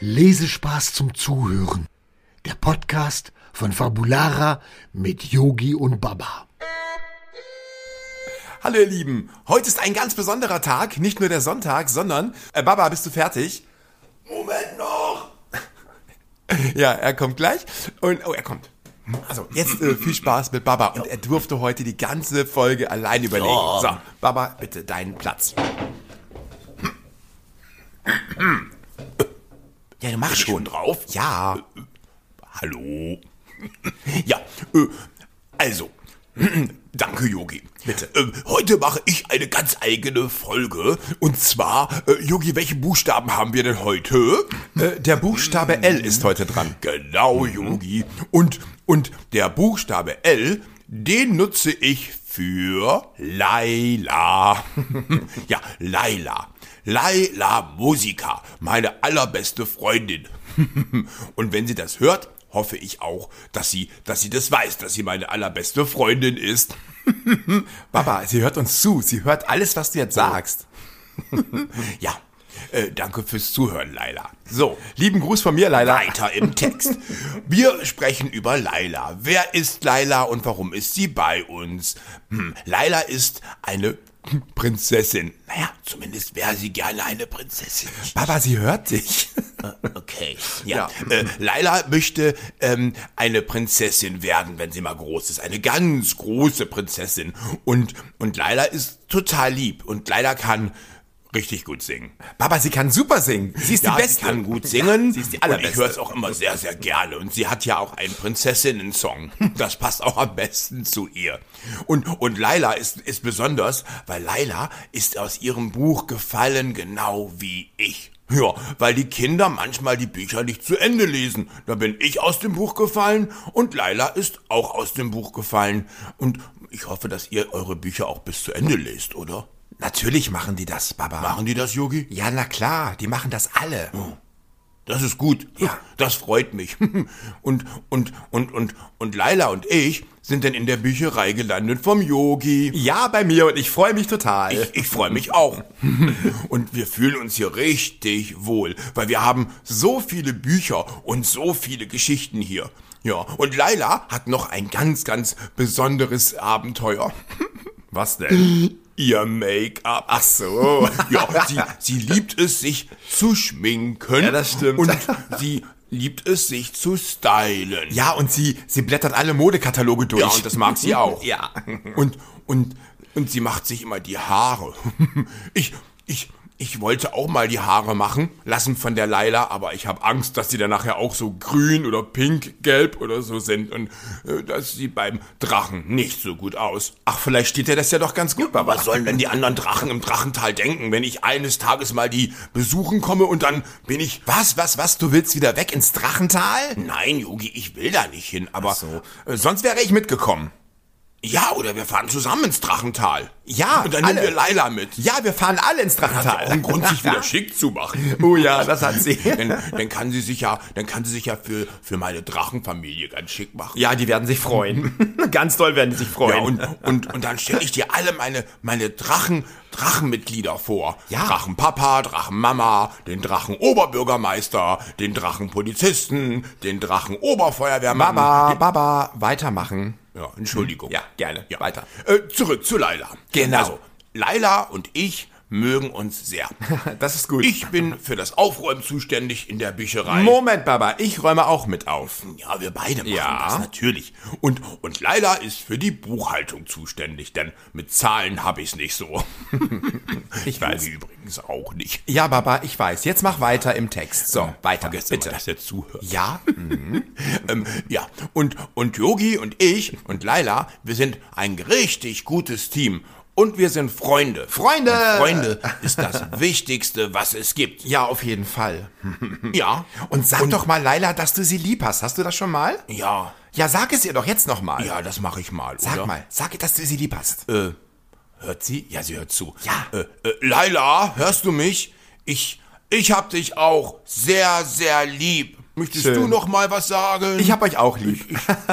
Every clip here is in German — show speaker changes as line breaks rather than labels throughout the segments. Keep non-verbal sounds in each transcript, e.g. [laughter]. Lesespaß zum Zuhören. Der Podcast von Fabulara mit Yogi und Baba.
Hallo ihr Lieben, heute ist ein ganz besonderer Tag, nicht nur der Sonntag, sondern... Äh, Baba, bist du fertig? Moment noch! [laughs] ja, er kommt gleich und... Oh, er kommt. Also, jetzt äh, viel Spaß mit Baba und er durfte heute die ganze Folge allein überlegen. So, Baba, bitte deinen Platz. Ja, du mach schon drauf. Ja. Hallo. [laughs] Ja, äh, also, [clears throat] danke Yogi. Bitte. Ähm, heute mache ich eine ganz eigene Folge. Und zwar, äh, Yogi, welche Buchstaben haben wir denn heute? Äh, der Buchstabe L ist heute dran. Genau, Yogi. Und, und der Buchstabe L, den nutze ich für Laila. [laughs] ja, Laila. Laila Musica, meine allerbeste Freundin. [laughs] und wenn sie das hört, hoffe ich auch, dass sie, dass sie das weiß, dass sie meine allerbeste Freundin ist. [laughs] Baba, sie hört uns zu. Sie hört alles, was du jetzt sagst. ja. Äh, danke fürs Zuhören, Laila. So, lieben Gruß von mir, Laila. Weiter im Text. [laughs] Wir sprechen über Laila. Wer ist Laila und warum ist sie bei uns? Hm, Laila ist eine Prinzessin. Naja, zumindest wäre sie gerne eine Prinzessin. Baba, sie hört dich.
Okay.
Ja, äh, Laila möchte ähm, eine Prinzessin werden, wenn sie mal groß ist. Eine ganz große Prinzessin. Und, und Laila ist total lieb. Und Laila kann richtig gut singen.
Baba, sie kann super singen. Sie ist
ja,
die Beste.
sie kann gut singen.
Sie ist die
und ich
Allerbeste.
höre es auch immer sehr, sehr gerne. Und sie hat ja auch einen Prinzessinnen-Song. Das passt auch am besten zu ihr. Und, und Laila ist, ist besonders, weil Laila ist aus ihrem Buch gefallen, genau wie ich. Ja, weil die Kinder manchmal die Bücher nicht zu Ende lesen. Da bin ich aus dem Buch gefallen und Laila ist auch aus dem Buch gefallen. Und ich hoffe, dass ihr eure Bücher auch bis zu Ende lest, oder?
Natürlich machen die das, Baba.
Machen die das, Yogi?
Ja, na klar, die machen das alle.
Oh. Das ist gut. Ja. Das freut mich. [laughs] Und, und, und, und, und Laila und ich sind dann in der Bücherei gelandet vom Yogi.
Ja, bei mir und ich freue mich total.
Ich, ich freue mich
[laughs]
auch. Und wir fühlen uns hier richtig wohl, weil wir haben so viele Bücher und so viele Geschichten hier. Ja, und Laila hat noch ein ganz, ganz besonderes Abenteuer.
[laughs] was denn?
[laughs] Ihr Make-up.
Ach so.
Ja, sie, sie liebt es, sich zu schminken.
Ja, das stimmt.
Und sie liebt es, sich zu stylen.
ja, und sie, sie blättert alle Modekataloge durch.
Ja, und das mag sie
[laughs]
auch.
ja.
[laughs] Und, und, und sie macht sich immer die Haare. [laughs] Ich, ich, ich wollte auch mal die Haare machen, lassen von der Laila, aber ich habe Angst, dass sie dann nachher auch so grün oder pink, gelb oder so sind und äh, das sieht beim Drachen nicht so gut aus.
Ach, vielleicht steht dir das ja doch ganz gut,
Aber
Baba.
was sollen denn die anderen Drachen im Drachental denken, wenn ich eines Tages mal die besuchen komme und dann bin ich...
Was, was, was? Du willst wieder weg ins Drachental?
Nein, Yogi, ich will da nicht hin, aber...
Äh, Sonst wäre ich mitgekommen.
Ja, oder wir fahren zusammen ins Drachental.
Ja,
Und dann nehmen
alle.
wir Laila mit.
Ja, wir fahren alle ins Drachental.
Auch ein Grund, sich
[laughs]
wieder schick zu machen.
Oh ja, das hat
[laughs]
sie.
Dann, dann kann sie sich ja, dann kann sie sich ja für, für meine Drachenfamilie ganz schick machen.
Ja, die werden sich freuen. [laughs] Ganz doll werden die sich freuen.
Ja, und, und, und dann stelle ich dir alle meine, meine Drachen, Drachenmitglieder vor.
Ja.
Drachenpapa, Drachenmama, den Drachenoberbürgermeister, den Drachenpolizisten, den Drachenoberfeuerwehrmann.
Baba, Baba, weitermachen.
Ja, Entschuldigung.
Hm? Ja, gerne.
Ja.
Weiter.
Äh, zurück zu Laila.
Genau.
Also, Laila und ich mögen uns sehr.
[laughs] Das ist gut.
Ich bin für das Aufräumen zuständig in der Bücherei.
Moment, Baba, ich räume auch mit auf.
Ja, wir beide machen
Ja.
das natürlich. Und, und Laila ist für die Buchhaltung zuständig, denn mit Zahlen habe ich es nicht so.
[laughs] Ich
Weiß übrigens auch nicht.
Ja, Baba, ich weiß. Jetzt mach weiter im Text. So, weiter,
Vergesst
bitte.
Immer, dass ihr zuhört.
Ja?
Ähm, ja, und, und Yogi und ich und Laila, wir sind ein richtig gutes Team. Und wir sind Freunde.
Freunde!
Und Freunde ist das Wichtigste, was es gibt.
Ja, auf jeden Fall. Hm.
Ja.
Und sag doch mal, Laila, dass du sie lieb hast. Hast du das schon mal?
Ja.
Ja, sag es ihr doch jetzt noch mal.
Ja, das mache ich mal,
Sag
oder?
mal, sag ihr, dass du sie lieb hast.
Hört sie? Ja, sie hört zu.
Ja.
Äh, äh, Laila, hörst du mich? Ich, ich hab dich auch sehr, sehr lieb. Möchtest
Schön.
du noch mal was sagen?
Ich hab euch auch lieb.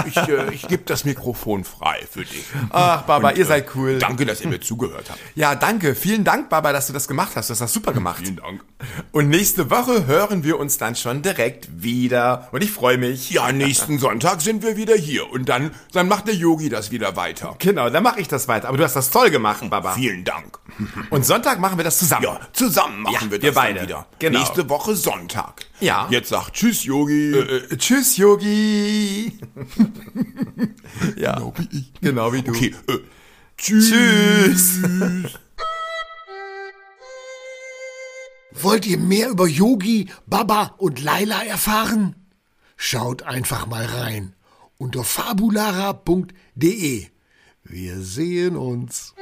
ich, ich, äh, ich gebe das Mikrofon frei für dich.
Ach, Baba, ihr seid cool.
Danke, dass ihr mir zugehört habt.
äh, Ja, danke. Vielen Dank, Baba, dass du das gemacht hast. Du hast das super gemacht.
Vielen Dank.
Und nächste Woche hören wir uns dann schon direkt wieder. Und ich freue mich.
Ja, nächsten Sonntag sind wir wieder hier und dann, dann macht der Yogi das wieder weiter.
Genau, dann mache ich das weiter. Aber du hast das toll gemacht, Baba.
Vielen Dank.
Und Sonntag machen wir das zusammen.
Ja, zusammen machen
Ja,
wir das
wir beide.
Dann wieder.
Genau.
Nächste Woche Sonntag.
Ja.
Jetzt sagt Tschüss, Yogi.
Äh, Tschüss, [laughs] Yogi. ja. Genau wie ich. Genau wie du.
okay, äh, tschüss.
Tschüss.
Wollt ihr mehr über Yogi, Baba und Laila erfahren? Schaut einfach mal rein unter fabulara.de. Wir sehen uns.